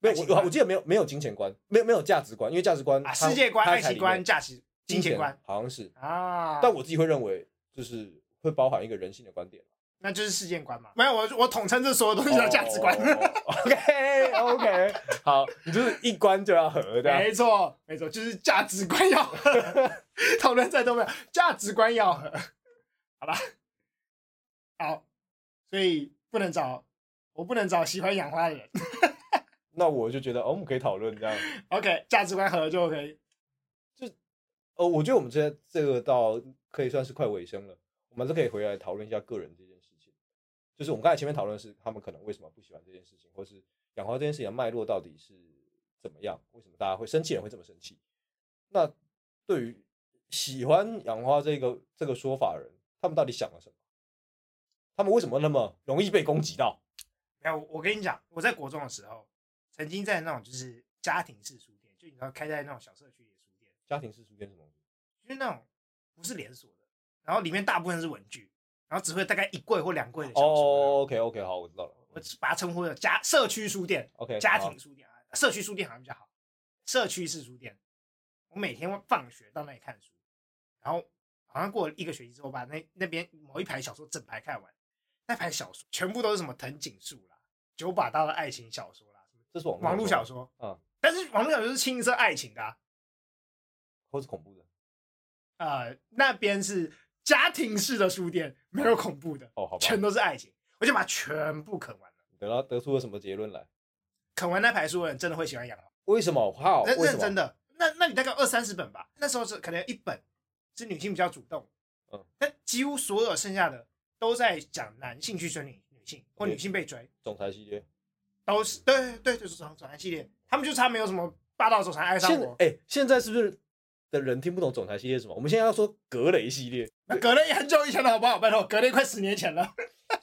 没有，
爱情
我
观
我记得没有没有金钱观，没有没有价值观，因为价值观
啊，
它
世界观、
它
爱
在
情
里
观、
面
价值、金钱观
好像是，
啊。
但我自己会认为就是会包含一个人性的观点。
那就是世界观嘛。没有，我我统称这所有东西叫价值观。
OK OK，好，你就是一关就要合的。
没错，没错，就是价值观要 (laughs) 合讨论再多没有，价值观要 (laughs) 合。好吧，好，所以不能找我不能找喜欢养花的人。 (laughs)
那我就觉得，哦，我们可以讨论这样。
OK，价值观合就 OK。
哦，我觉得我们现在这个到可以算是快尾声了，我们还是可以回来讨论一下个人这件事情。就是我们刚才前面讨论的是他们可能为什么不喜欢这件事情，或是养花这件事情的脉络到底是怎么样，为什么大家会生气人会这么生气？那对于喜欢养花这个这个说法的人，他们到底想了什么？他们为什么那么容易被攻击到？
没有，我跟你讲，我在国中的时候，曾经在那种就是家庭式书店，就你知道开在那种小社区里的书店，
家庭式书店是什么东西？
就是那种不是连锁的，然后里面大部分是文具，然后只会大概一柜或两柜的小书。
哦、o k OK，好，我知道了。
我把它称呼为家社区书店。
OK，
家
好
庭书店啊，社区书店好像比较好。社区式书店，我每天放学到那里看书，然后好像过了一个学期之后，把那那边某一排小说整排看完。那排小说全部都是什么藤井树啦、九把刀的爱情小说啦，什么
这是网
网络小
说，
说。
嗯，
但是网络小说是清一色爱情的、啊，
或是恐怖的。
呃，那边是家庭式的书店，没有恐怖的，
哦，好吧，
全都是爱情。我就把它全部啃完了，
得到得出了什么结论来？
啃完那排书的人真的会喜欢养花。
为什么？好，
认
为什
认
么？
真的，那那你大概二三十本吧，那时候是可能一本是女性比较主动，
嗯，
但几乎所有剩下的都在讲男性去追女女性或女性被追，
总裁系列。
都是对对对，就是转转男系列，他们就差没有什么霸道总裁爱上
现
我，
哎、现在是不是的人听不懂总裁系列是什么？我们现在要说格雷系列、
那隔了也很久以前了，好不好？拜托，隔了也快十年前了，《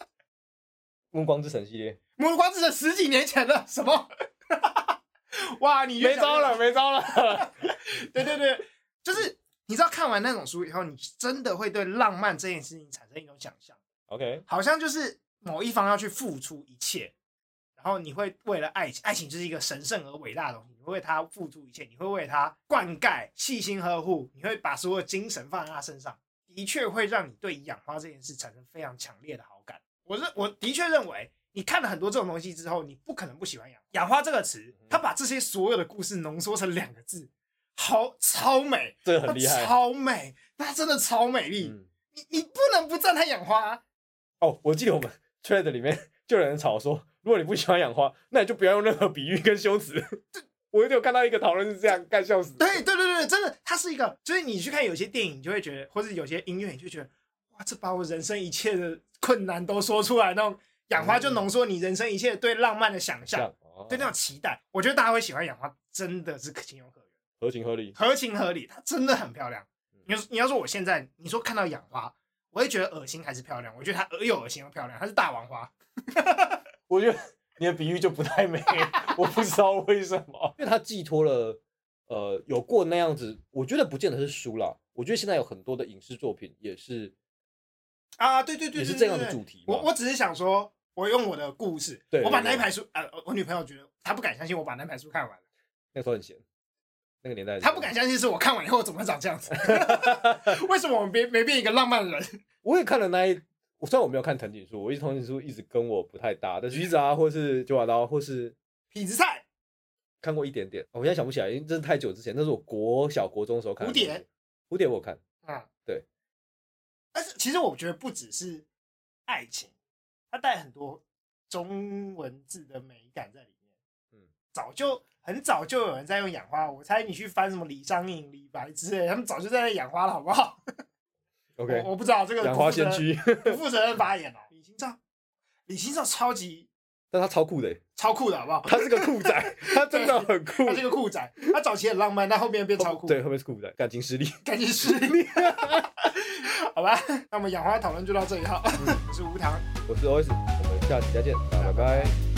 暮光之城系列，
暮光之城》十几年前了，什么？ (laughs) 哇，你越
没
讲
招
越
了，没招了。
对对对，就是你知道看完那种书以后，你真的会对浪漫这件事情产生一种想象。
(laughs) OK，
好像就是某一方要去付出一切，然后你会为了爱情，爱情就是一个神圣而伟大的东西，你会为它付出一切，你会为它灌溉、细心呵护，你会把所有精神放在它身上，的确会让你对养花这件事产生非常强烈的好感。我认，我的确认为。你看了很多这种东西之后，你不可能不喜欢养养花这个词。
嗯
它把这些所有的故事浓缩成两个字，好超美，
这个很厉害。
超美，它真的超美丽。
嗯，
你你不能不赞叹养花、啊，
哦，我记得我们 thread 里面就有人吵说，如果你不喜欢养花，那你就不要用任何比喻跟修辞。 (laughs) 我就有看到一个讨论是这样，干笑死。
对对对对，真的，它是一个，就是你去看有些电影，你就会觉得，或者有些音乐，你就觉得，哇，这把我人生一切的困难都说出来，那种养花就浓缩你人生一切对浪漫的想
这
象
样，，哦
对那种期待。我觉得大家会喜欢养花，真的是情有可原，
合情合理。
合情合理，它真的很漂亮
嗯。
你要你要说我现在，你说看到养花，我会觉得恶心还是漂亮？我觉得它又恶心又漂亮，它是大王花。
我觉得你的比喻就不太美， (laughs) 我不知道为什么，因为它寄托了呃有过那样子，我觉得不见得是书啦，我觉得现在有很多的影视作品也是
啊，对对对，
也是
对
这样
对
的
对
主题嘛。
我我只是想说，我用我的故事，
对对
我把
对
那一排书，呃，我女朋友觉得她不敢相信我把那排书看完了，
那个时候很闲，那个年代很闲
她不敢。相信是我看完以 (laughs)
(laughs)
后怎么会长这样子，为什么我们没没变一个浪漫的人？
我也看了那一，我虽然我没有看藤井树，我一直藤井树一直跟我不太搭，但是橘子啊，或是九把刀，或是
痞子蔡
看过一点点，我现在想不起来，因为真的太久之前，那是我国小国中的时候看的
蝴
东西。
蝶
蝴蝶我有看，
啊，
对。
但是其实我觉得不只是爱情，它带很多中文字的美感在里面。
嗯，
早就很早就有人在用养花，我猜你去翻什么李商隐、李白之类，他们早就在那养花了，好不好
OK，
我我不知道这个
养
不
花
负责
先驱，
不负责任发言哦。李清照，李清照超级
但他超酷的欸，
超酷的好不好？
他是个酷仔，他真的很酷
他。是个酷仔，他早期很浪漫，但后面变超酷，
哦对，，后面是酷仔，感情实力。
感情失利。 (laughs) 好吧， (laughs)
嗯
那我们养花讨论就到这里哈。我是吴糖。
我是 OS，我们下期再见，大家拜拜